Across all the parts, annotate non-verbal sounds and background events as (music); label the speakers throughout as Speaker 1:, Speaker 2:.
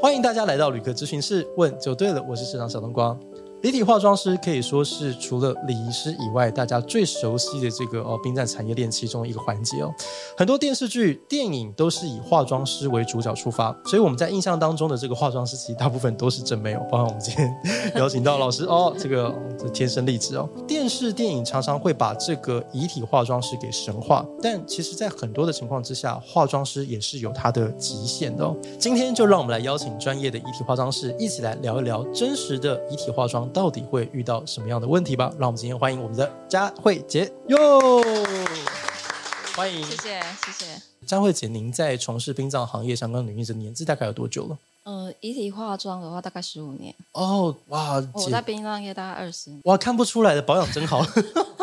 Speaker 1: 欢迎大家来到旅客咨询室，问就对了，我是市长小冬瓜。离体化妆师可以说是除了礼仪师以外，大家最熟悉的这个哦，殡葬产业链其中的一个环节哦。很多电视剧、电影都是以化妆师为主角出发，所以我们在印象当中的这个化妆师，其实大部分都是正妹哦。包括我们今天邀请到老师哦，这个、哦这天生丽质哦。电视、电影常常会把这个遗体化妆师给神化，但其实在很多的情况之下，化妆师也是有它的极限的哦。今天就让我们来邀请专业的遗体化妆师，一起来聊一聊真实的遗体化妆到底会遇到什么样的问题吧。让我们今天欢迎我们的佳慧姐哟，欢迎。
Speaker 2: 谢谢谢谢。
Speaker 1: 佳慧姐，您在从事殡葬行业相关领域的年纪大概有多久了？
Speaker 2: 呃，遗体化妆的话大概十五年，
Speaker 1: 哦，哇，
Speaker 2: 我
Speaker 1: 姐，
Speaker 2: 在殡葬业大概二十年。
Speaker 1: 哇，看不出来的，保养真
Speaker 2: (laughs)
Speaker 1: 好。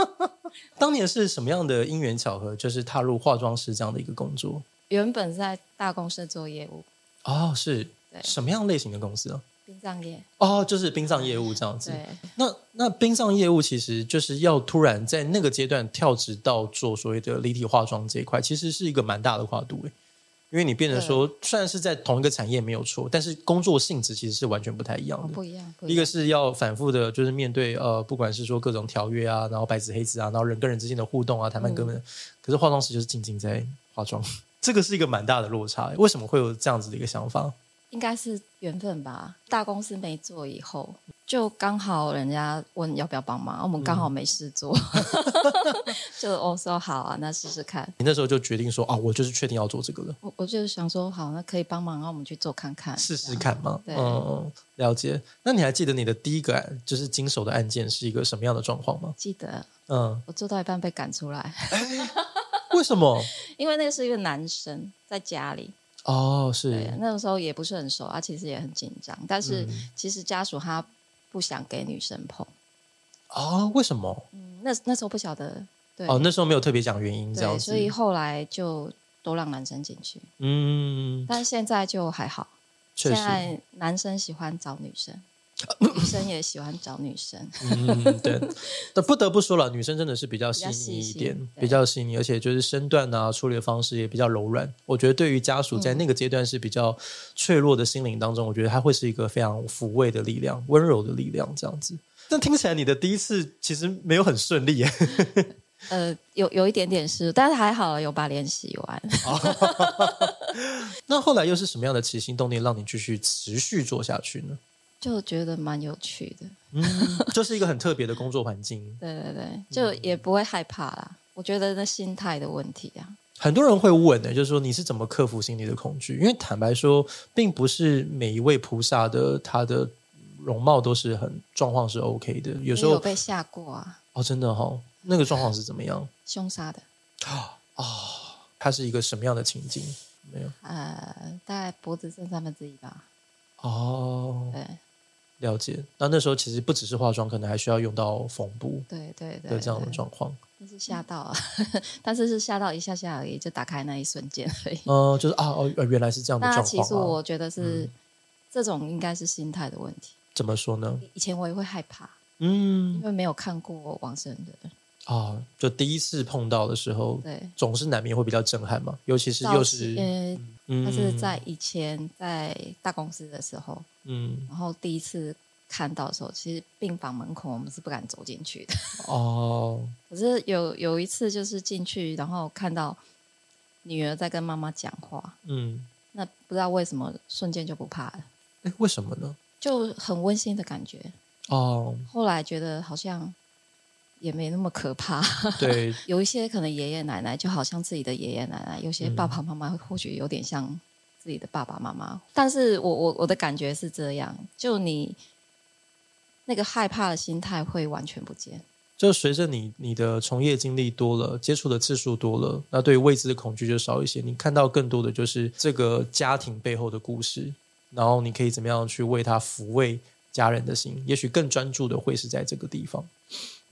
Speaker 1: (laughs) 当年是什么样的因缘巧合，就是踏入化妆师这样的一个工作？
Speaker 2: 原本是在大公司做业务，
Speaker 1: 哦，是
Speaker 2: 对
Speaker 1: 什么样类型的公司啊？
Speaker 2: 殡葬业。
Speaker 1: 哦，就是殡葬业务这样子。
Speaker 2: 对，
Speaker 1: 那那殡葬业务其实就是要突然在那个阶段跳职到做所谓的离体化妆这一块，其实是一个蛮大的跨度诶，因为你变成说，虽然是在同一个产业没有错，但是工作性质其实是完全不太一样
Speaker 2: 哦
Speaker 1: 的。
Speaker 2: 不一样，不
Speaker 1: 一
Speaker 2: 一
Speaker 1: 个
Speaker 2: 样。
Speaker 1: 是要反复的，就是面对呃，不管是说各种条约啊，然后白纸黑字啊，然后人跟人之间的互动啊，谈
Speaker 2: 嗯
Speaker 1: 判哥们，可是化妆师就是静静在化妆， (laughs) 这个是一个蛮大的落差。欸为什么会有这样子的一个想法？
Speaker 2: 应该是缘分吧。大公司没做以后，就刚好人家问要不要帮忙，我
Speaker 1: 嗯
Speaker 2: 们刚好没
Speaker 1: (laughs)
Speaker 2: 事做， (laughs) 就我说好啊，那试试看。
Speaker 1: 你那时候就决定说啊，我就是确定要做这个了，
Speaker 2: 我我就想说好，那可以帮忙，啊那我们去做看看，
Speaker 1: 试试看嘛。
Speaker 2: 对
Speaker 1: 嗯，了解。那你还记得你的第一个案就是经手的案件是一个什么样的状况吗？
Speaker 2: 记得
Speaker 1: 嗯，
Speaker 2: 我做到一半被赶出来， (laughs)
Speaker 1: 为什么？
Speaker 2: 因为那个是一个男生在家里，
Speaker 1: 哦，
Speaker 2: 对
Speaker 1: 是，
Speaker 2: 那个时候也不是很熟啊，其实也很紧张，但是
Speaker 1: 嗯
Speaker 2: 其实家属他不想给女生碰，
Speaker 1: 哦，为什么？
Speaker 2: 嗯，那那时候不晓得，对，
Speaker 1: 哦，那时候没有特别讲原因，这样
Speaker 2: 对，
Speaker 1: 子。
Speaker 2: 所以后来就都让男生进去，
Speaker 1: 嗯，
Speaker 2: 但是现在就还好，现
Speaker 1: 确实。
Speaker 2: 在男生喜欢找女
Speaker 1: (laughs)
Speaker 2: 生，女生也喜欢找女生，
Speaker 1: 嗯，对，但不得不说了，女生真的是比较细腻一点，比
Speaker 2: 比
Speaker 1: 较细腻，而且就是身段啊，处理的方式也比较柔软。我觉得对于家属在那个阶段是比较脆弱的心灵当中，我觉得它会是一个非常抚慰的力量，温柔的力量，这样子。但听起来你的第一次其实没有很顺利耶， (laughs)
Speaker 2: 呃，有有一点点是，但是还好有把脸洗完，
Speaker 1: 那后来又是什么样的起心动念让你继续持续做下去呢？
Speaker 2: 就觉得蛮有趣的，
Speaker 1: 嗯，就是一个很特别的工作环境，
Speaker 2: 对对对，就
Speaker 1: 嗯
Speaker 2: 也不会害怕啦，我觉得那心态的问题啊，
Speaker 1: 很多人会问呢、就是说你是怎么克服心理的恐惧？因为坦白说，并不是每一位菩萨的他的容貌都是很状况是 OK 的，有时
Speaker 2: 也
Speaker 1: 候
Speaker 2: 有被吓过啊，
Speaker 1: 哦，真的哈、哦，那个状况是怎么样？
Speaker 2: 凶杀的。
Speaker 1: 它是一个什么样的情境？没有
Speaker 2: 呃，大概脖子剩三分之一吧。
Speaker 1: 哦，
Speaker 2: 对
Speaker 1: 了解。那那时候其实不只是化妆，可能还需要用到缝布
Speaker 2: 对对对，
Speaker 1: 的这样的
Speaker 2: 对
Speaker 1: 状况。
Speaker 2: 但是吓到啊， (laughs) 但是是吓到一下下而已，就打开那一瞬间而已。
Speaker 1: 嗯、就是啊哦，原来是这样的
Speaker 2: 那
Speaker 1: 状
Speaker 2: 其实
Speaker 1: 况啊。
Speaker 2: 我觉得是、这种应该是心态的问题。
Speaker 1: 怎么说呢？
Speaker 2: 以前我也会害怕，
Speaker 1: 嗯
Speaker 2: 因为没有看过往生的人，
Speaker 1: 啊、就第一次碰到的时候，
Speaker 2: 对，
Speaker 1: 总是难免会比较震撼嘛，尤其是
Speaker 2: 早
Speaker 1: 又
Speaker 2: 期
Speaker 1: 是
Speaker 2: 呃，
Speaker 1: 嗯
Speaker 2: 他是在以前在大公司的时候，
Speaker 1: 嗯
Speaker 2: 然后第一次看到的时候，其实病房门口我们是不敢走进去的。
Speaker 1: 哦
Speaker 2: 可是有有一次就是进去，然后看到女儿在跟妈妈讲话，
Speaker 1: 嗯，
Speaker 2: 那不知道为什么瞬间就不怕了，
Speaker 1: 哎，为什么呢？
Speaker 2: 就很温馨的感觉。
Speaker 1: 哦，
Speaker 2: 后来觉得好像也没那么可怕，
Speaker 1: 对，
Speaker 2: 有一些可能爷爷奶奶就好像自己的爷爷奶奶，有些
Speaker 1: 嗯
Speaker 2: 爸爸妈妈或许有点像自己的爸爸妈妈，但是我我我的感觉是这样，就你那个害怕的心态会完全不见。
Speaker 1: 就随着你你的从业经历多了，接触的次数多了，那对未知的恐惧就少一些。你看到更多的就是这个家庭背后的故事，然后你可以怎么样去为他抚慰家人的心，也许更专注的会是在这个地方。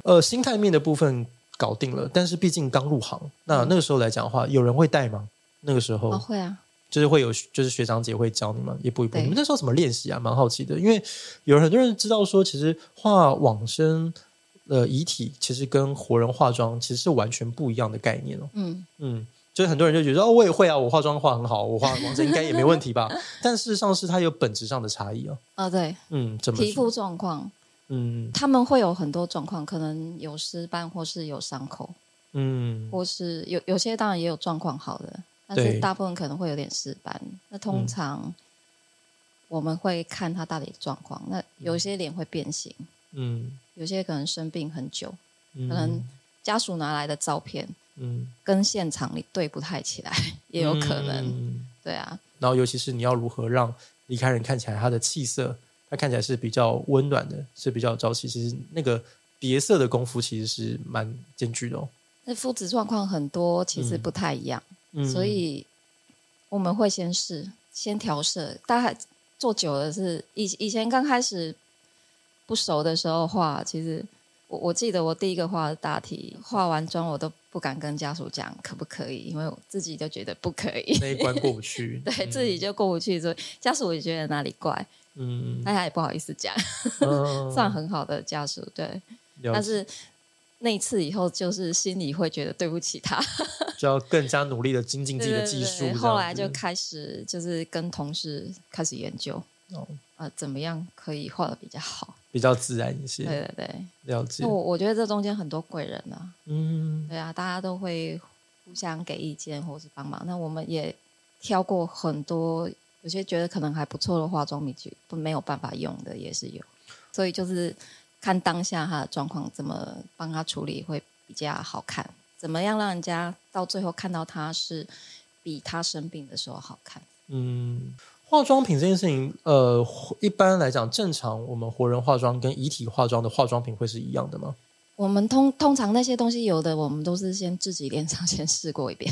Speaker 1: 呃，心态面的部分搞定了，但是毕竟刚入行，那那个时候来讲的话，有人会带吗？那个时候
Speaker 2: 哦，会啊，
Speaker 1: 就是会有，就是学长姐会教你们一步一步。
Speaker 2: 对
Speaker 1: 你们那时候怎么练习啊？蛮好奇的，因为有很多人知道说，其实画往生呃遗体，其实跟活人化妆其实是完全不一样的概念哦。
Speaker 2: 嗯，
Speaker 1: 嗯，就是很多人就觉得哦，我也会啊，我化妆化很好，我化王者应该也没问
Speaker 2: (laughs)
Speaker 1: 题吧？但事实上是它有本质上的差异啊。
Speaker 2: 啊，对，
Speaker 1: 嗯，怎么
Speaker 2: 皮
Speaker 1: 说？
Speaker 2: 肤状况，
Speaker 1: 嗯
Speaker 2: 他们会有很多状况，可能有尸斑，或是有伤口，
Speaker 1: 嗯
Speaker 2: 或是有有些当然也有状况好的，但
Speaker 1: 对嗯
Speaker 2: 是大部分可能会有点尸斑。那通常我们会看他到底状况。那有些脸会变形，
Speaker 1: 嗯
Speaker 2: 有些可能生病很久，
Speaker 1: 嗯，
Speaker 2: 可能家属拿来的照片
Speaker 1: 嗯
Speaker 2: 跟现场里对不太起来，也有可能。
Speaker 1: 嗯
Speaker 2: 对啊，
Speaker 1: 然后尤其是你要如何让离开人看起来他的气色，他看起来是比较温暖的，是比较朝气。其实那个别色的功夫其实是蛮艰巨的哦。
Speaker 2: 那肤质状况很多其实
Speaker 1: 嗯
Speaker 2: 不太一样。
Speaker 1: 嗯
Speaker 2: 所以我们会先试，先调色。大概做久了是以以前刚开始不熟的时候画，其实我我记得我第一个画的大体，化完妆我都不敢跟家属讲可不可以，因为我自己就觉得不可以， (laughs)
Speaker 1: 那一关过不去，
Speaker 2: 对
Speaker 1: 嗯
Speaker 2: 自己就过不去，所以家属也觉得哪里怪，
Speaker 1: 嗯，
Speaker 2: 大家也不好意思讲，
Speaker 1: 嗯
Speaker 2: (laughs) 算很好的家属对，
Speaker 1: 了解
Speaker 2: 但是。那一次以后，就是心里会觉得对不起他，
Speaker 1: 就要更加努力的精进自
Speaker 2: 对
Speaker 1: 己
Speaker 2: 对
Speaker 1: 的
Speaker 2: 对，
Speaker 1: 技术。这样子嗯
Speaker 2: 后来就开始就是跟同事开始研究，
Speaker 1: 哦
Speaker 2: 呃，怎么样可以画的比较好？
Speaker 1: 比较自然一
Speaker 2: 对哦
Speaker 1: 些，
Speaker 2: 对对，
Speaker 1: 了解
Speaker 2: 那。我我觉得这中间很多贵人啊，
Speaker 1: 嗯
Speaker 2: 对啊，大家都会互相给意见或是帮忙。那我们也挑过很多，有些觉得可能还不错的化妆品具，不没有办法用的也是有，所以就是看当下他的状况，怎么帮他处理会比较好看，怎么样让人家到最后看到他是比他生病的时候好看。
Speaker 1: 嗯，化妆品这件事情，呃，一般来讲，正常我们活人化妆跟遗体化妆的化妆品会是一样的吗？
Speaker 2: 我们通通常那些东西，有的我们都是先自己脸上 (laughs) 先试过一遍，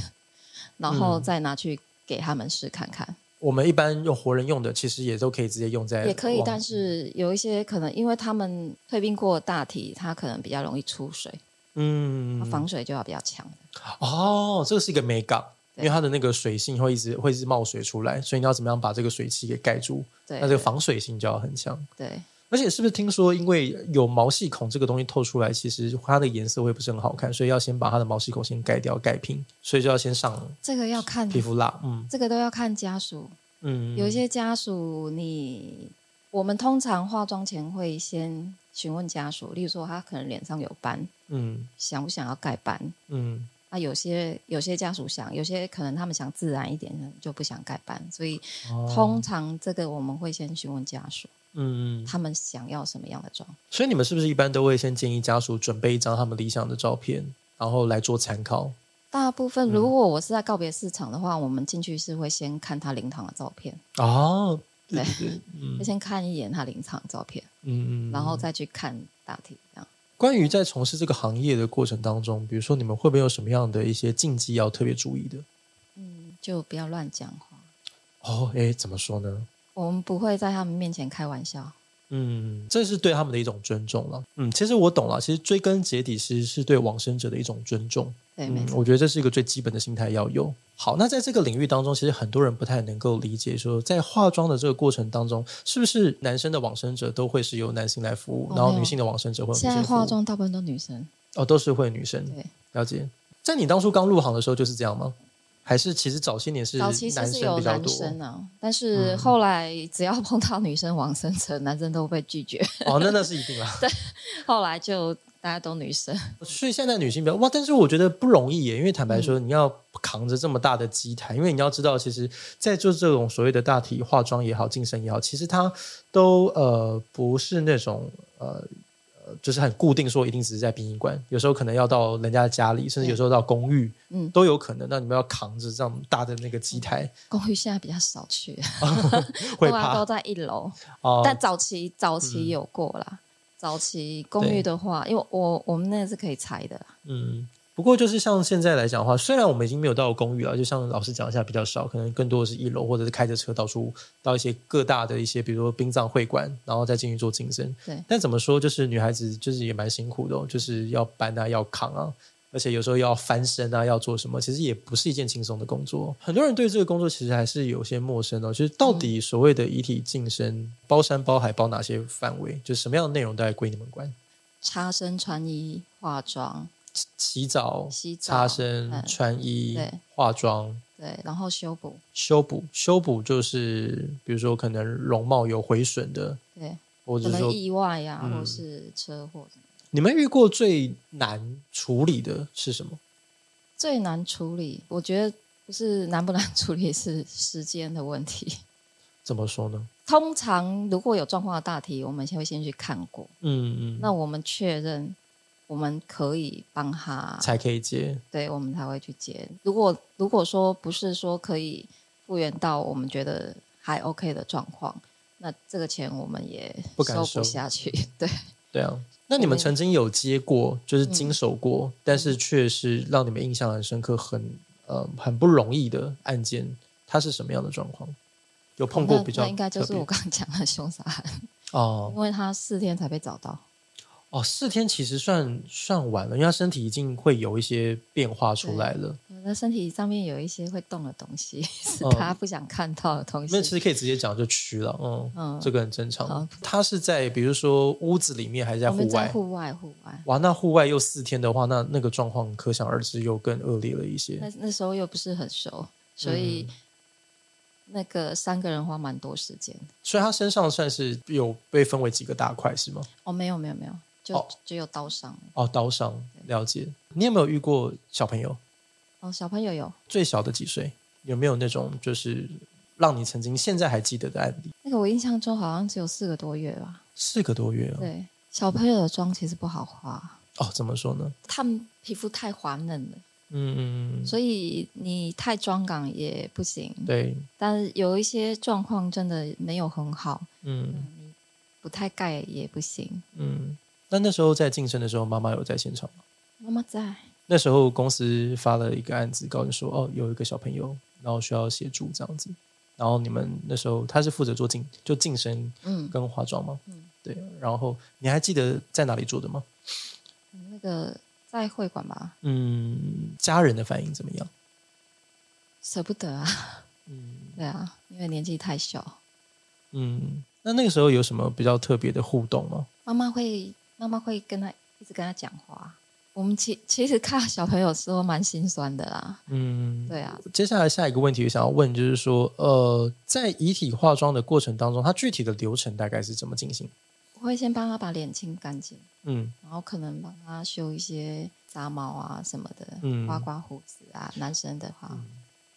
Speaker 2: 然后再拿去给他们试看看，
Speaker 1: 我们一般用活人用的，其实也都可以直接用在
Speaker 2: 也可以。
Speaker 1: 网
Speaker 2: 但是有一些可能，因为他们退冰过的大体，它可能比较容易出水，它
Speaker 1: 嗯，
Speaker 2: 防水就要比较强。
Speaker 1: 哦，这是一个美感，因
Speaker 2: 对
Speaker 1: 为它的那个水性会一直会一直冒水出来，所以你要怎么样把这个水汽给盖住？
Speaker 2: 对，
Speaker 1: 那这个防水性就要很强。
Speaker 2: 对
Speaker 1: 而且是不是听说，因为有毛细孔这个东西透出来，其实它的颜色会不是很好看，所以要先把它的毛细孔先盖掉、盖平，所以就要先上
Speaker 2: 这个要看，
Speaker 1: 皮肤蜡。嗯
Speaker 2: 这个都要看家属。
Speaker 1: 嗯，
Speaker 2: 有一些家属你，我们通常化妆前会先询问家属，例如说他可能脸上有斑，
Speaker 1: 嗯
Speaker 2: 想不想要盖斑？
Speaker 1: 嗯
Speaker 2: 啊，有些有些家属想，有些可能他们想自然一点，就不想盖班，所以
Speaker 1: 哦
Speaker 2: 通常这个我们会先询问家属，
Speaker 1: 嗯，
Speaker 2: 他们想要什么样的妆。
Speaker 1: 所以你们是不是一般都会先建议家属准备一张他们理想的照片，然后来做参考？
Speaker 2: 大部分
Speaker 1: 嗯
Speaker 2: 如果我是在告别市场的话，我们进去是会先看他灵堂的照片，
Speaker 1: 哦，
Speaker 2: 对
Speaker 1: 对对，嗯
Speaker 2: (laughs) 会先看一眼他灵堂的照片，
Speaker 1: 嗯嗯，
Speaker 2: 然后再去看大体这样。
Speaker 1: 关于在从事这个行业的过程当中，比如说你们会不会有什么样的一些禁忌要特别注意的？
Speaker 2: 嗯，就不要乱讲话，
Speaker 1: 哦，诶，怎么说呢？
Speaker 2: 我们不会在他们面前开玩笑。
Speaker 1: 嗯，这是对他们的一种尊重了。嗯，其实我懂了，其实追根结底，其实是对往生者的一种尊重。
Speaker 2: 对，没
Speaker 1: 嗯，
Speaker 2: 错。
Speaker 1: 我觉得这是一个最基本的心态要有。好，那在这个领域当中，其实很多人不太能够理解说在化妆的这个过程当中，是不是男生的往生者都会是由男性来服务，
Speaker 2: 哦
Speaker 1: 然后
Speaker 2: 没有
Speaker 1: 女性的往生者会有女
Speaker 2: 现在
Speaker 1: 性服务
Speaker 2: 化妆大部分都女生，
Speaker 1: 哦，都是会女生。
Speaker 2: 对，
Speaker 1: 了解。在你当初刚入行的时候就是这样吗？还是其实早些年是
Speaker 2: 早
Speaker 1: 男
Speaker 2: 期
Speaker 1: 生
Speaker 2: 其实有
Speaker 1: 比较
Speaker 2: 男
Speaker 1: 多？嗯
Speaker 2: 生啊，但是后来只要碰到女生往生者，男生都被拒绝。 (laughs)
Speaker 1: 哦，那那是一定啦。
Speaker 2: 后来就大家都女生，
Speaker 1: 所以现在女性比较哇，但是我觉得不容易耶，因为坦白
Speaker 2: 嗯
Speaker 1: 说，你要扛着这么大的机台，因为你要知道，其实，在做这种所谓的大体化妆也好、晋升也好，其实它都呃不是那种呃。呃就是很固定，说一定只是在殡仪馆，有时候可能要到人家家里，甚至有时候到公寓，
Speaker 2: 嗯
Speaker 1: 都有可能。那你们要扛着这样大的那个机台，
Speaker 2: 公寓现在比较少去，
Speaker 1: 会
Speaker 2: 后来
Speaker 1: 怕
Speaker 2: 都在一楼。
Speaker 1: 哦。
Speaker 2: 但早期早期有过啦，早期公寓的话，因为我我们那个是可以拆的啦，
Speaker 1: 嗯，不过就是像现在来讲的话，虽然我们已经没有到公寓了，就像老师讲一下比较少，可能更多的是一楼或者是开着车到处到一些各大的一些，比如说殡葬会馆，然后再进去做晋升。
Speaker 2: 对
Speaker 1: 但怎么说，就是女孩子就是也蛮辛苦的、哦，就是要搬啊，要扛啊。而且有时候要翻身啊，要做什么，其实也不是一件轻松的工作。很多人对这个工作其实还是有些陌生哦。就是到底所谓的遗体晋升，包山包海包哪些范围，就什么样的内容大概归你们管？
Speaker 2: 擦身穿衣、化妆、
Speaker 1: 洗澡、
Speaker 2: 洗澡
Speaker 1: 擦身、
Speaker 2: 嗯
Speaker 1: 穿衣
Speaker 2: 对、
Speaker 1: 化妆、
Speaker 2: 对，然后修补，
Speaker 1: 修补。修补就是比如说可能容貌有毁损的，
Speaker 2: 对，
Speaker 1: 或
Speaker 2: 可
Speaker 1: 者
Speaker 2: 能
Speaker 1: 说
Speaker 2: 意外呀、
Speaker 1: 嗯
Speaker 2: 或是车祸什么的。
Speaker 1: 你们遇过最难处理的是什么？
Speaker 2: 最难处理，我觉得不是难不难处理，是时间的问题。 (laughs)
Speaker 1: 怎么说呢？
Speaker 2: 通常如果有状况的大题，我们先会先去看过，
Speaker 1: 嗯嗯，
Speaker 2: 那我们确认我们可以帮他，
Speaker 1: 才可以接。
Speaker 2: 对我们才会去接。如果如果说不是说可以复原到我们觉得还 OK 的状况，那这个钱我们也
Speaker 1: 不敢收
Speaker 2: 不下去。 (laughs) 对，
Speaker 1: 对啊，那你们
Speaker 2: 对
Speaker 1: 曾经有接过，就是
Speaker 2: 嗯
Speaker 1: 经手过，但是确实让你们印象很深刻、很呃很不容易的案件，它是什么样的状况？有碰过
Speaker 2: 哦那
Speaker 1: 比较
Speaker 2: 那应该就是
Speaker 1: 特别
Speaker 2: 我刚刚讲的凶杀案，
Speaker 1: 哦
Speaker 2: 因为他四天才被找到。
Speaker 1: 哦，四天其实算算晚了，因为他身体已经会有一些变化出来了。
Speaker 2: 嗯那身体上面有一些会动的东西， (laughs) 是
Speaker 1: 嗯
Speaker 2: 他不想看到的东
Speaker 1: 那其
Speaker 2: 西。
Speaker 1: 实可以直接讲就蛆了，嗯，
Speaker 2: 嗯，
Speaker 1: 这个很正常
Speaker 2: 好。
Speaker 1: 他是在比如说屋子里面还是在
Speaker 2: 我
Speaker 1: 户
Speaker 2: 们在
Speaker 1: 外？
Speaker 2: 户外，户外。
Speaker 1: 哇，那户外又四天的话，那那个状况可想而知，又更恶劣了一些。
Speaker 2: 那那时候又不是很熟，所以
Speaker 1: 嗯
Speaker 2: 那个三个人花蛮多时间。
Speaker 1: 所以他身上算是有被分为几个大块是吗？
Speaker 2: 哦，没有没有没有，就、
Speaker 1: 哦
Speaker 2: 只有刀伤。
Speaker 1: 哦，刀伤了解。你有没有遇过小朋友？
Speaker 2: 哦，小朋友有
Speaker 1: 最小的几岁？有没有那种就是让你曾经现在还记得的案例？
Speaker 2: 那个，我印象中好像只有四个多月吧。
Speaker 1: 四个多月
Speaker 2: 对，小朋友的妆其实不好画，
Speaker 1: 哦，哦，怎么说呢？
Speaker 2: 他们皮肤太滑嫩了，
Speaker 1: 嗯嗯，嗯
Speaker 2: 所以你太妆感也不行。
Speaker 1: 对，
Speaker 2: 但是有一些状况真的没有很好，
Speaker 1: 嗯
Speaker 2: 不太盖也不行。
Speaker 1: 嗯。那那时候在晋升的时候，妈妈有在现场吗？
Speaker 2: 妈妈在，
Speaker 1: 那时候公司发了一个案子，告诉你说哦，有一个小朋友，然后需要协助这样子。然后你们那时候他是负责做晋就晋升
Speaker 2: 嗯，
Speaker 1: 跟化妆吗？
Speaker 2: 嗯
Speaker 1: 对。然后你还记得在哪里做的吗？
Speaker 2: 那个在会馆吧，
Speaker 1: 嗯，家人的反应怎么样？
Speaker 2: 舍不得啊， (laughs)
Speaker 1: 嗯
Speaker 2: 对啊，因为年纪太小，
Speaker 1: 嗯，那那个时候有什么比较特别的互动吗？
Speaker 2: 妈妈会妈妈会跟他一直跟他讲话。我们其其实看小朋友的时候蛮心酸的啦，
Speaker 1: 嗯，
Speaker 2: 对啊，
Speaker 1: 接下来下一个问题，我想要问就是说，呃，在遗体化妆的过程当中，它具体的流程大概是怎么进行？
Speaker 2: 我会先帮他把脸清干净，
Speaker 1: 嗯
Speaker 2: 然后可能帮他修一些杂毛啊什么的，
Speaker 1: 嗯
Speaker 2: 刮刮胡子啊。男生的话，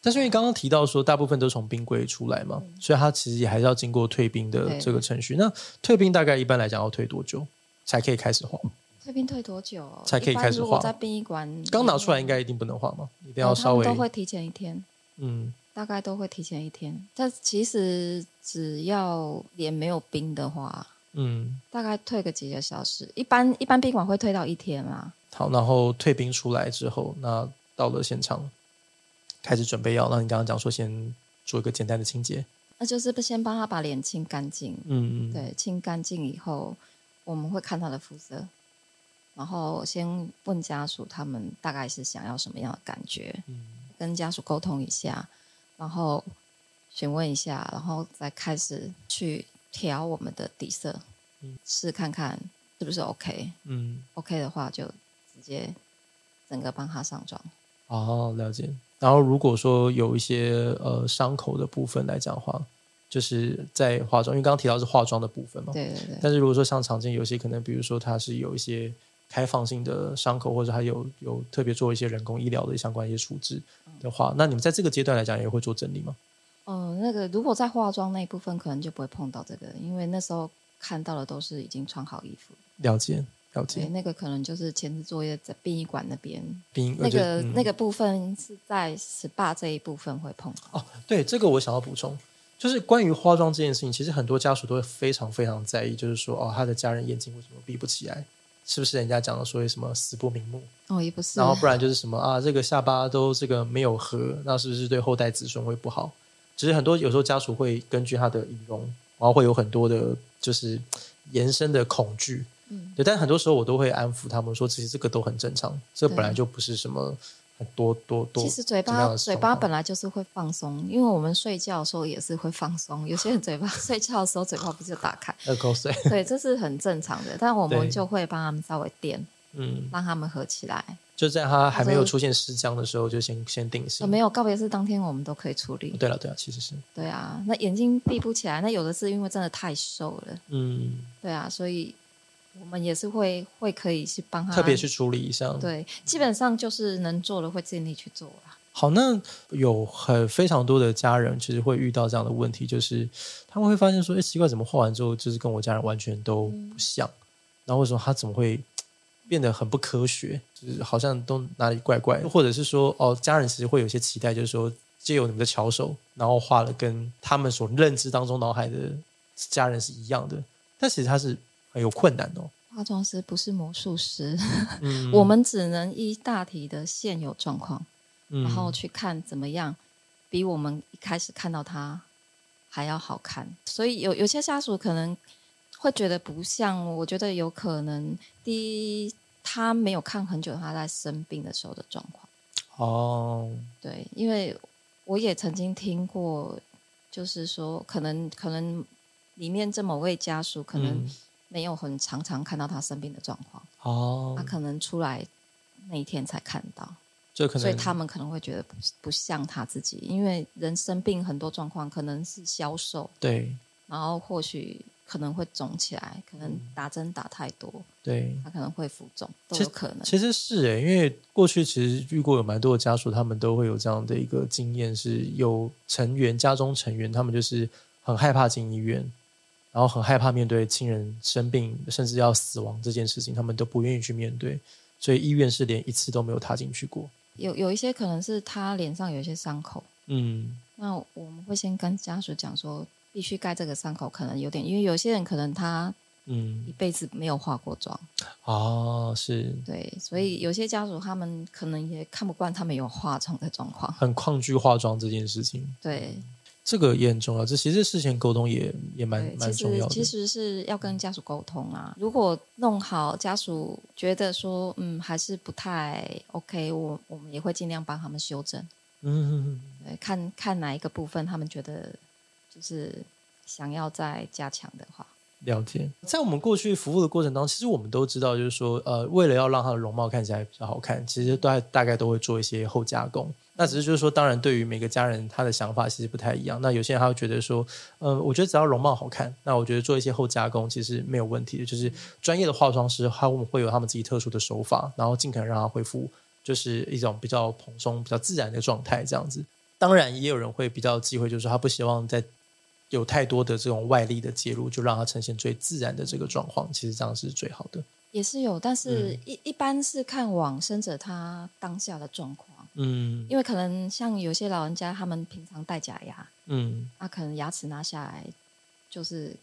Speaker 1: 但是因为刚刚提到说，大部分都从冰柜出来嘛，所以它其实也还是要经过退冰的
Speaker 2: 对
Speaker 1: 这个程序。那退冰大概一般来讲要退多久才可以开始画？
Speaker 2: 退冰退多久哦
Speaker 1: 才可以
Speaker 2: 一般
Speaker 1: 开始
Speaker 2: 如果
Speaker 1: 画
Speaker 2: 在殡仪馆
Speaker 1: 刚拿出来
Speaker 2: 里
Speaker 1: 应
Speaker 2: 面
Speaker 1: 该一定不能画嘛，一定
Speaker 2: 呃
Speaker 1: 要
Speaker 2: 他
Speaker 1: 稍
Speaker 2: 们
Speaker 1: 微
Speaker 2: 都会提前一天，
Speaker 1: 嗯
Speaker 2: 大概都会提前一天。但其实只要脸没有冰的话，
Speaker 1: 嗯
Speaker 2: 大概退个几个小时，一般一般宾馆会退到一天啦。
Speaker 1: 好，然后退兵出来之后，那到了现场，开始准备要，那你刚刚讲说先做一个简单的清洁，
Speaker 2: 那就是先帮他把脸清干净，
Speaker 1: 嗯，嗯，
Speaker 2: 对，清干净以后，我们会看他的肤色，然后先问家属他们大概是想要什么样的感觉，
Speaker 1: 嗯
Speaker 2: 跟家属沟通一下，然后询问一下，然后再开始去调我们的底色
Speaker 1: 嗯，
Speaker 2: 试看看是不是 OK。
Speaker 1: 嗯，
Speaker 2: OK 的话，就直接整个帮他上妆。
Speaker 1: 哦，了解。然后如果说有一些呃伤口的部分来讲的话，就是在化妆，因为刚刚提到是化妆的部分嘛，
Speaker 2: 对对对，
Speaker 1: 但是如果说像常见有些可能，比如说它是有一些开放性的伤口，或者还有有特别做一些人工医疗的相关一些处置的话，那你们在这个阶段来讲也会做整理吗？
Speaker 2: 嗯、那个如果在化妆那一部分，可能就不会碰到这个，因为那时候看到的都是已经穿好衣服，
Speaker 1: 了解，了
Speaker 2: 对，
Speaker 1: 解。
Speaker 2: 那个可能就是前置作业在殡仪馆那边，
Speaker 1: 冰
Speaker 2: 那个、
Speaker 1: 嗯
Speaker 2: 那个部分是在 SPA 这一部分会碰到。
Speaker 1: 哦，对，这个我想要补充，就是关于化妆这件事情，其实很多家属都会非常非常在意，就是说哦，他的家人眼睛为什么闭不起来？是不是人家讲的所谓什么死不瞑目？
Speaker 2: 哦，也不是
Speaker 1: 然，后不然就是什么啊，这个下巴都这个没有合，那是不是对后代子孙会不好？其实很多有时候家属会根据他的仪容，然后会有很多的，就是延伸的恐惧。
Speaker 2: 嗯，
Speaker 1: 对，但很多时候我都会安抚他们说，其实这个都很正常，这本来
Speaker 2: 对
Speaker 1: 就不是什么很多多多。
Speaker 2: 其实嘴
Speaker 1: 怎么样
Speaker 2: 巴
Speaker 1: 的
Speaker 2: 嘴
Speaker 1: 状
Speaker 2: 巴
Speaker 1: 况
Speaker 2: 本来就是会放松，因为我们睡觉的时候也是会放松，有些
Speaker 1: (laughs)
Speaker 2: 人嘴巴睡觉的时
Speaker 1: 呃
Speaker 2: 候嘴巴不就打开，
Speaker 1: 二口水，
Speaker 2: 对，这是很正常的，但我
Speaker 1: 对
Speaker 2: 们就会帮他们稍微垫，
Speaker 1: 嗯，
Speaker 2: 让他们合起来。
Speaker 1: 就在他还没有出现尸僵的时候，就先先定
Speaker 2: 呃
Speaker 1: 性。
Speaker 2: 没有告别式当天我们都可以处理。
Speaker 1: 对了，对了，其实是，
Speaker 2: 对啊，那眼睛闭不起来，那有的是因为真的太瘦了，
Speaker 1: 嗯，
Speaker 2: 对啊，所以我们也是会会可以去帮他，
Speaker 1: 特别去处理一下。，
Speaker 2: 啊对，基本上就是能做的会尽力去做啦。
Speaker 1: 好，那有很非常多的家人其实会遇到这样的问题，就是他们会发现说，哎、奇怪，怎么画完之后，就是跟我家人完全都
Speaker 2: 嗯
Speaker 1: 不像，然后为什么他怎么会嘖变得很不科学，就是好像都哪里怪怪的，或者是说，哦，家人其实会有一些期待，就是说借由你们的巧手，然后画了跟他们所认知当中脑海的家人是一样的，但其实他是很有困难的
Speaker 2: (laughs)
Speaker 1: 哦。
Speaker 2: 化妆师不是魔术师，
Speaker 1: 嗯
Speaker 2: 我们只能依大体的现有状况，
Speaker 1: 嗯
Speaker 2: 然后去看怎么样比我们一开始看到他还要好看。所以有有些家属可能会觉得不像，我觉得有可能第一他没有看很久他在生病的时候的状况，
Speaker 1: 哦，
Speaker 2: 对，因为我也曾经听过，就是说可能可能里面这某位家属可能
Speaker 1: 嗯
Speaker 2: 没有很常常看到他生病的状况，
Speaker 1: 哦
Speaker 2: 他，可能出来那一天才看到。
Speaker 1: 这可能
Speaker 2: 所以他们可能会觉得不不像他自己，因为人生病很多状况可能是消瘦，
Speaker 1: 对
Speaker 2: 然后或许可能会肿起来，可能打针打太多，
Speaker 1: 对。
Speaker 2: 他可能会浮肿，都
Speaker 1: 其
Speaker 2: 有可能。
Speaker 1: 其实是欸诶，因为过去其实遇过有蛮多的家属，他们都会有这样的一个经验，是有成员家中成员，他们就是很害怕进医院，然后很害怕面对亲人生病甚至要死亡这件事情，他们都不愿意去面对，所以医院是连一次都没有踏进去过。
Speaker 2: 有有一些可能是他脸上有一些伤口，
Speaker 1: 嗯，
Speaker 2: 那我们会先跟家属讲说，必须盖这个伤口，可能有点，因为有些人可能他一
Speaker 1: 嗯，
Speaker 2: 辈子没有化过妆，
Speaker 1: 哦，是
Speaker 2: 对，所
Speaker 1: 嗯
Speaker 2: 以有些家属他们可能也看不惯他们有化妆的状况，
Speaker 1: 很抗拒化妆这件事情，
Speaker 2: 对，
Speaker 1: 这个也很重要。这其实事前沟通也也蛮
Speaker 2: 对，
Speaker 1: 蛮
Speaker 2: 其
Speaker 1: 重
Speaker 2: 实
Speaker 1: 要的
Speaker 2: 其。实是要跟家属沟通啊。如果弄好，家属觉得说，嗯，还是不太 OK，我我们也会尽量帮他们修正，
Speaker 1: 嗯，
Speaker 2: 对，看看哪一个部分他们觉得就是想要再加强的话，
Speaker 1: 了解，在我们过去服务的过程当中，其实我们都知道，就是说，呃，为了要让它的容貌看起来比较好看，其实大大概都会做一些后加工。那只是就是说，当然对于每个家人他的想法其实不太一样。那有些人他会觉得说，呃，我觉得只要容貌好看，那我觉得做一些后加工其实没有问题的。就是专业的化妆师他们会有他们自己特殊的手法，然后尽可能让它恢复就是一种比较蓬松、比较自然的状态这样子。当然，也有人会比较忌讳，就是他不希望在有太多的这种外力的介入，就让它呈现最自然的这个状况，其实这样是最好的。
Speaker 2: 也是有，但
Speaker 1: 嗯
Speaker 2: 是一、一般是看往生者他当下的状况，
Speaker 1: 嗯
Speaker 2: 因为可能像有些老人家他们平常戴假牙，
Speaker 1: 嗯
Speaker 2: 那、可能牙齿拿下来，就是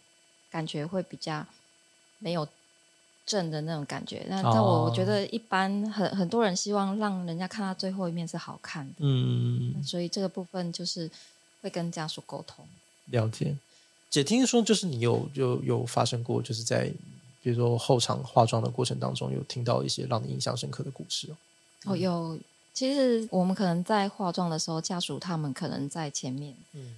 Speaker 2: 感觉会比较没有正的那种感觉。那
Speaker 1: 哦
Speaker 2: 但我我觉得一般很很多人希望让人家看到最后一面是好看的，
Speaker 1: 嗯，
Speaker 2: 所以这个部分就是会跟家属沟通。
Speaker 1: 了解。姐听说就是你有有有发生过，就是在比如说后场化妆的过程当中，有听到一些让你印象深刻的故事哦。
Speaker 2: 哦，有，其实我们可能在化妆的时候，家属他们可能在前面
Speaker 1: 嗯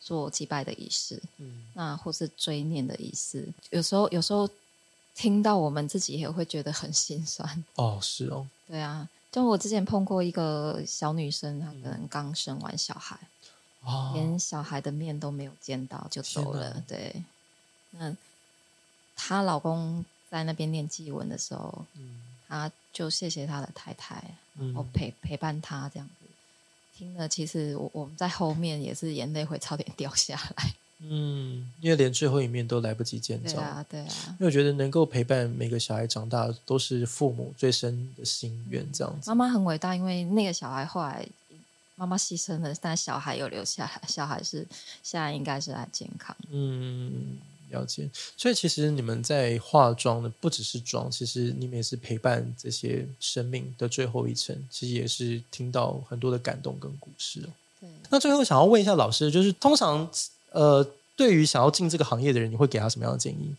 Speaker 2: 做祭拜的仪式，
Speaker 1: 嗯，
Speaker 2: 那或是追念的仪式，有时候有时候听到我们自己也会觉得很心酸。
Speaker 1: 哦，是哦，
Speaker 2: 对啊，就我之前碰过一个小女生，她可能刚生完小孩，
Speaker 1: 啊、
Speaker 2: 连小孩的面都没有见到就走
Speaker 1: 天哪
Speaker 2: 了。对，那她老公在那边念祭文的时候，
Speaker 1: 嗯
Speaker 2: 她就谢谢她的太太，
Speaker 1: 嗯
Speaker 2: 我陪陪伴她这样子。听了，其实我我们在后面也是眼泪会差点 (laughs) 掉下来。
Speaker 1: 嗯，因为连最后一面都来不及见
Speaker 2: 对
Speaker 1: 到。
Speaker 2: 啊，对啊。
Speaker 1: (laughs) 因为我觉得能够陪伴每个小孩长大，都是父母最深的心愿，这样子。
Speaker 2: 妈妈很伟大，因为那个小孩后来妈妈牺牲了，但小孩有留下来，小孩是现在应该是还健康。
Speaker 1: 嗯，了解。所以其实你们在化妆的不只是妆，其实你们也是陪伴这些生命的最后一程，其实也是听到很多的感动跟故事哦。
Speaker 2: 对，
Speaker 1: 那最后想要问一下老师，就是通常呃，对于想要进这个行业的人，你会给他什么样的建议？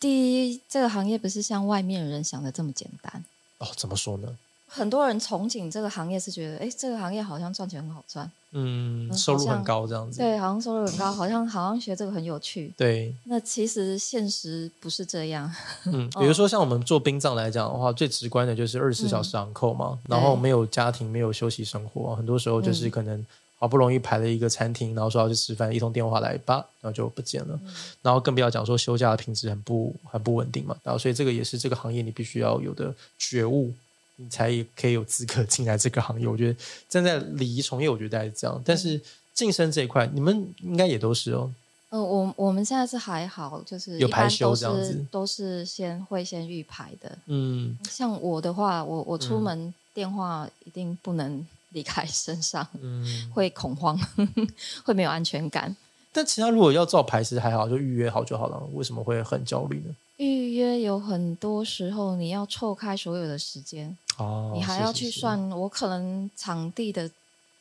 Speaker 2: 第一，这个行业不是像外面人想的这么简单。
Speaker 1: 哦，怎么说呢？
Speaker 2: 很多人憧憬这个行业，是觉得哎，这个行业好像赚钱很好赚，
Speaker 1: 嗯，
Speaker 2: 嗯
Speaker 1: 收入
Speaker 2: 好
Speaker 1: 很
Speaker 2: 像
Speaker 1: 高这样子。
Speaker 2: 对，好像收入很高，好像好像学这个很有趣。
Speaker 1: 对，
Speaker 2: 那其实现实不是这样，
Speaker 1: 嗯，嗯比如说像我们做殡葬来讲的话，最直观的就是二十四小时昂扣嘛，然后没有家庭，没有休息生活，很多时候就是可能好不容易排了一个餐厅，然后说要去吃饭，一通电话来吧，然后就不见了，然后更不要讲说休假的品质很不很不稳定嘛，然后所以这个也是这个行业你必须要有的觉悟。你才可以有资格进来这个行业，我觉得站在礼仪从业，我觉得大概是这样。但是晋升这一块，你们应该也都是哦。
Speaker 2: 嗯，我我们现在是还好，就是
Speaker 1: 有
Speaker 2: 一
Speaker 1: 排
Speaker 2: 般
Speaker 1: 休
Speaker 2: 都
Speaker 1: 这样
Speaker 2: 是
Speaker 1: 子
Speaker 2: 都是先会先预排的。
Speaker 1: 嗯，
Speaker 2: 像我的话，我我出
Speaker 1: 嗯
Speaker 2: 门电话一定不能离开身上，
Speaker 1: 嗯，
Speaker 2: 会恐慌， (laughs) 会没有安全感。
Speaker 1: 但其他如果要照排，其实还好，就预约好就好了。为什么会很焦虑呢？
Speaker 2: 预约有很多时候你要凑开所有的时间，
Speaker 1: 哦
Speaker 2: 你还要去，算，我可能场地的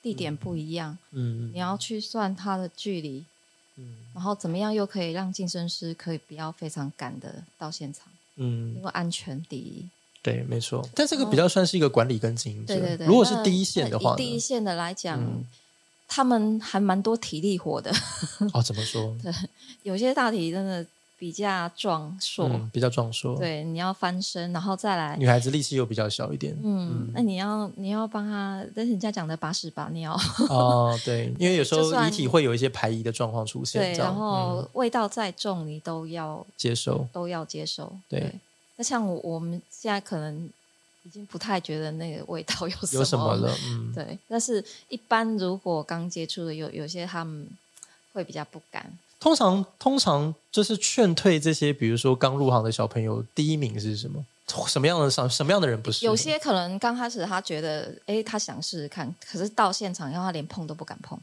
Speaker 2: 地点不一样，
Speaker 1: 嗯
Speaker 2: 你要去算它的距离，
Speaker 1: 嗯
Speaker 2: 然后怎么样又可以让健身师可以不要非常赶的到现场，
Speaker 1: 嗯，
Speaker 2: 因为安全第一。
Speaker 1: 对，没错。但这个比较算是一个管理跟经营者。
Speaker 2: 对对对，
Speaker 1: 如果是
Speaker 2: 那
Speaker 1: 第一线的话
Speaker 2: 以
Speaker 1: 呢，
Speaker 2: 第一线的来讲，
Speaker 1: 嗯
Speaker 2: 他们还蛮多体力活的， (laughs)
Speaker 1: 哦，怎么说？
Speaker 2: 有些大体真的比较壮硕，
Speaker 1: 嗯，比较壮硕，，
Speaker 2: 对，你要翻身，然后再来。
Speaker 1: 女孩子力气又比较小一点。
Speaker 2: 嗯，那你要你要帮他，但是人家讲的把屎把尿，
Speaker 1: 哦，对，因为有时
Speaker 2: (laughs) 就
Speaker 1: 候
Speaker 2: 算
Speaker 1: 遗体会有一些排遗的状况出现，
Speaker 2: 对，
Speaker 1: 这样嗯
Speaker 2: 然后味道再重你都要
Speaker 1: 接受。
Speaker 2: 都要接受。
Speaker 1: 对
Speaker 2: 那像我我们现在可能已经不太觉得那个味道有什
Speaker 1: 有什么了？嗯，
Speaker 2: 对，但是一般如果刚接触的，有有些他们会比较不敢。
Speaker 1: 通常通常就是劝退这些，比如说刚入行的小朋友，第一名是什么？什么样的什什么样的人不是？
Speaker 2: 有些可能刚开始他觉得，哎，他想试试看，可是到现场以后，他连碰都不敢碰。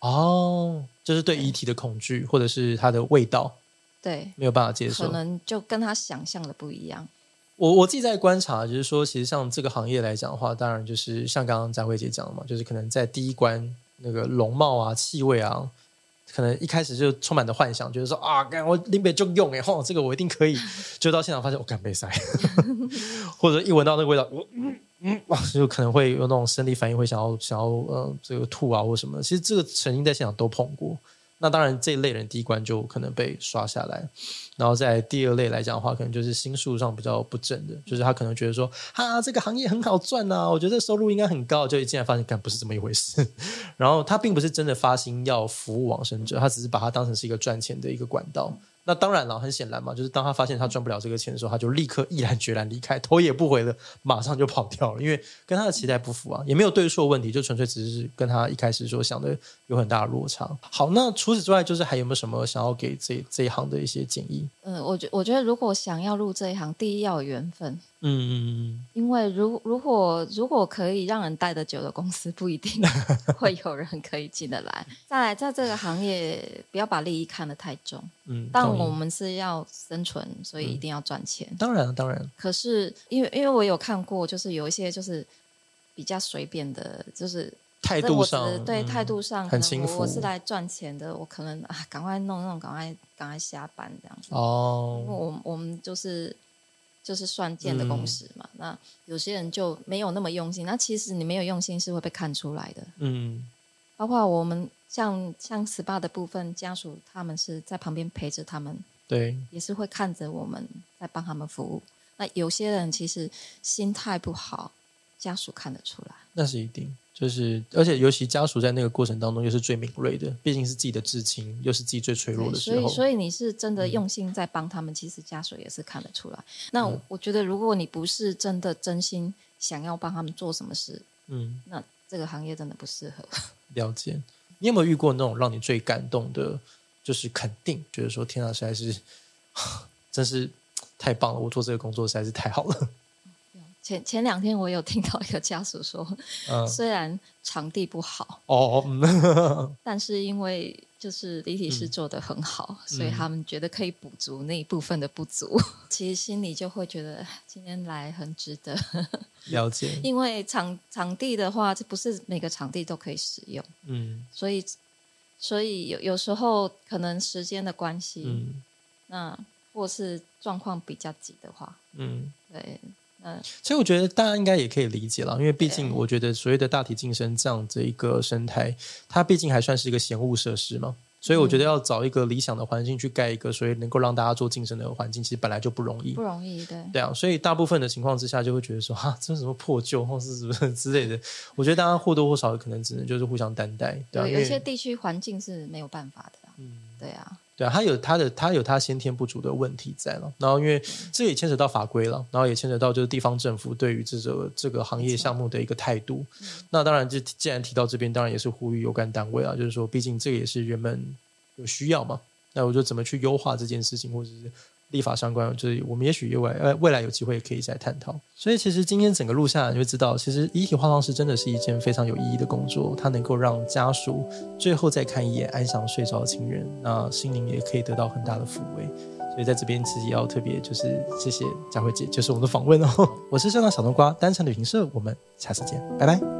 Speaker 1: 哦，就是对遗体的恐惧，或者是它的味道
Speaker 2: 对，
Speaker 1: 没有办法接
Speaker 2: 可
Speaker 1: 受。
Speaker 2: 能就跟他想象的不一样。
Speaker 1: 我我自己在观察，就是说，其实像这个行业来讲的话，当然就是像刚刚佳慧姐讲的嘛，就是可能在第一关那个容貌啊、气味啊，可能一开始就充满着幻想，就是说啊，干我林北就用哎，吼，这个我一定可以。就到现场发现我哦干被塞， (laughs) 或者一闻到那个味道，我嗯嗯哇，就可能会有那种生理反应，会想要想要呃这个吐啊或什么的。其实这个曾经在现场都碰过。那当然，这一类人第一关就可能被刷下来，然后在第二类来讲的话，可能就是心术上比较不正的，就是他可能觉得说，啊，这个行业很好赚呐、我觉得收入应该很高，就一进来发现，干不是这么一回事。 (laughs) 然后他并不是真的发心要服务往生者，他只是把它当成是一个赚钱的一个管道。那当然了，很显然嘛，就是当他发现他赚不了这个钱的时候，他就立刻毅然决然离开，头也不回的，马上就跑掉了，因为跟他的期待不符啊，也没有对错问题，就纯粹只是跟他一开始所想的有很大的落差。好，那除此之外，就是还有没有什么想要给这这一行的一些建议？
Speaker 2: 嗯，我觉我觉得如果想要入这一行，第一要有缘分。
Speaker 1: 嗯嗯
Speaker 2: 因为如如果如果可以让人待得久的公司，不
Speaker 1: (laughs)
Speaker 2: 一定会有人可以进得来。再来，在这个行业，不要把利益看得太重。
Speaker 1: 嗯，
Speaker 2: 但
Speaker 1: 同意嗯
Speaker 2: 我们是要生存，所以一定要赚钱。
Speaker 1: 当然啊当然，
Speaker 2: 可是，因为因为我有看过，就是有一些就是比较随便的，就是
Speaker 1: 态
Speaker 2: 反正
Speaker 1: 度
Speaker 2: 我只是
Speaker 1: 上
Speaker 2: 对
Speaker 1: 嗯
Speaker 2: 态度上，
Speaker 1: 很
Speaker 2: 可能
Speaker 1: 轻
Speaker 2: 我
Speaker 1: 浮
Speaker 2: 我是来赚钱的，我可能啊，赶快弄弄，赶快赶快下班这样子。因为
Speaker 1: 哦，
Speaker 2: 我们我们就是就是算件的
Speaker 1: 嗯
Speaker 2: 公式嘛。那有些人就没有那么用心，那其实你没有用心是会被看出来的。
Speaker 1: 嗯
Speaker 2: 包括我们像像 SPA 的部分，家属他们是在旁边陪着他们，
Speaker 1: 对，
Speaker 2: 也是会看着我们在帮他们服务。那有些人其实心态不好，家属看得出来。
Speaker 1: 那是一定。就是，而且尤其家属在那个过程当中又是最敏锐的，毕竟是自己的至亲，又是自己最脆弱
Speaker 2: 对，
Speaker 1: 的
Speaker 2: 所
Speaker 1: 时
Speaker 2: 以
Speaker 1: 候。嗯
Speaker 2: 所以你是真的用心在帮他们，其实家属也是看得出来。那
Speaker 1: 嗯
Speaker 2: 我我觉得，如果你不是真的真心想要帮他们做什么事，
Speaker 1: 嗯，
Speaker 2: 那这个行业真的不适合。 (laughs)
Speaker 1: 了解。你有没有遇过那种让你最感动的，就是肯定，觉得说天啊，实在是， (laughs) 真是太棒了！我做这个工作实在是太好了。
Speaker 2: 前前两天我有听到一个家属说，
Speaker 1: 嗯，
Speaker 2: (laughs) 虽然场地不好，
Speaker 1: 哦，嗯
Speaker 2: 但是因为就是李体师做的很好，所
Speaker 1: 嗯
Speaker 2: 以他们觉得可以补足那一部分的不足。 (laughs) 其实心里就会觉得今天来很值得，
Speaker 1: 了解。
Speaker 2: 因为场场地的话，这不是每个场地都可以使用，
Speaker 1: 嗯
Speaker 2: 所以所以有有时候可能时间的关系，
Speaker 1: 嗯
Speaker 2: 那或是状况比较急的话，
Speaker 1: 嗯，
Speaker 2: 对，嗯，
Speaker 1: 所以我觉得大家应该也可以理解了，因为毕竟
Speaker 2: 对
Speaker 1: 我觉得所谓的大体晋升这样的一个生态，它毕竟还算是一个闲务设施嘛。所以我
Speaker 2: 嗯
Speaker 1: 觉得要找一个理想的环境去盖一个，所以能够让大家做晋升的环境，其实本来就不容易
Speaker 2: 不。容易，对，
Speaker 1: 对啊，所以大部分的情况之下，就会觉得说哈，这是什么破旧或是什么之类的。我觉得大家或多或少可能只能就是互相担待，对啊，
Speaker 2: 有
Speaker 1: 因
Speaker 2: 有一些
Speaker 1: 为嗯
Speaker 2: 地区环境是没有办法的啦，对啊，
Speaker 1: 对啊，他有他的他有他先天不足的问题在了。然后因为这也牵扯到法规了，然后也牵扯到就是地方政府对于这个这个行业项目的一个态度。那当然，就既然提到这边，当然也是呼吁有关单位啊，就是说，毕竟这个也是人们有需要嘛。那我就怎么去优化这件事情，或者是立法相关，就是我们也许未来呃未来有机会可以再探讨。所以其实今天整个录下来，你会知道，其实遗体化妆师真的是一件非常有意义的工作，它能够让家属最后再看一眼安详睡着的亲人，那心灵也可以得到很大的抚慰。所以在这边其实也要特别就是谢谢佳慧姐，就是我们的访问哦。我是社长小冬瓜，单程旅行社，我们下次见，拜拜。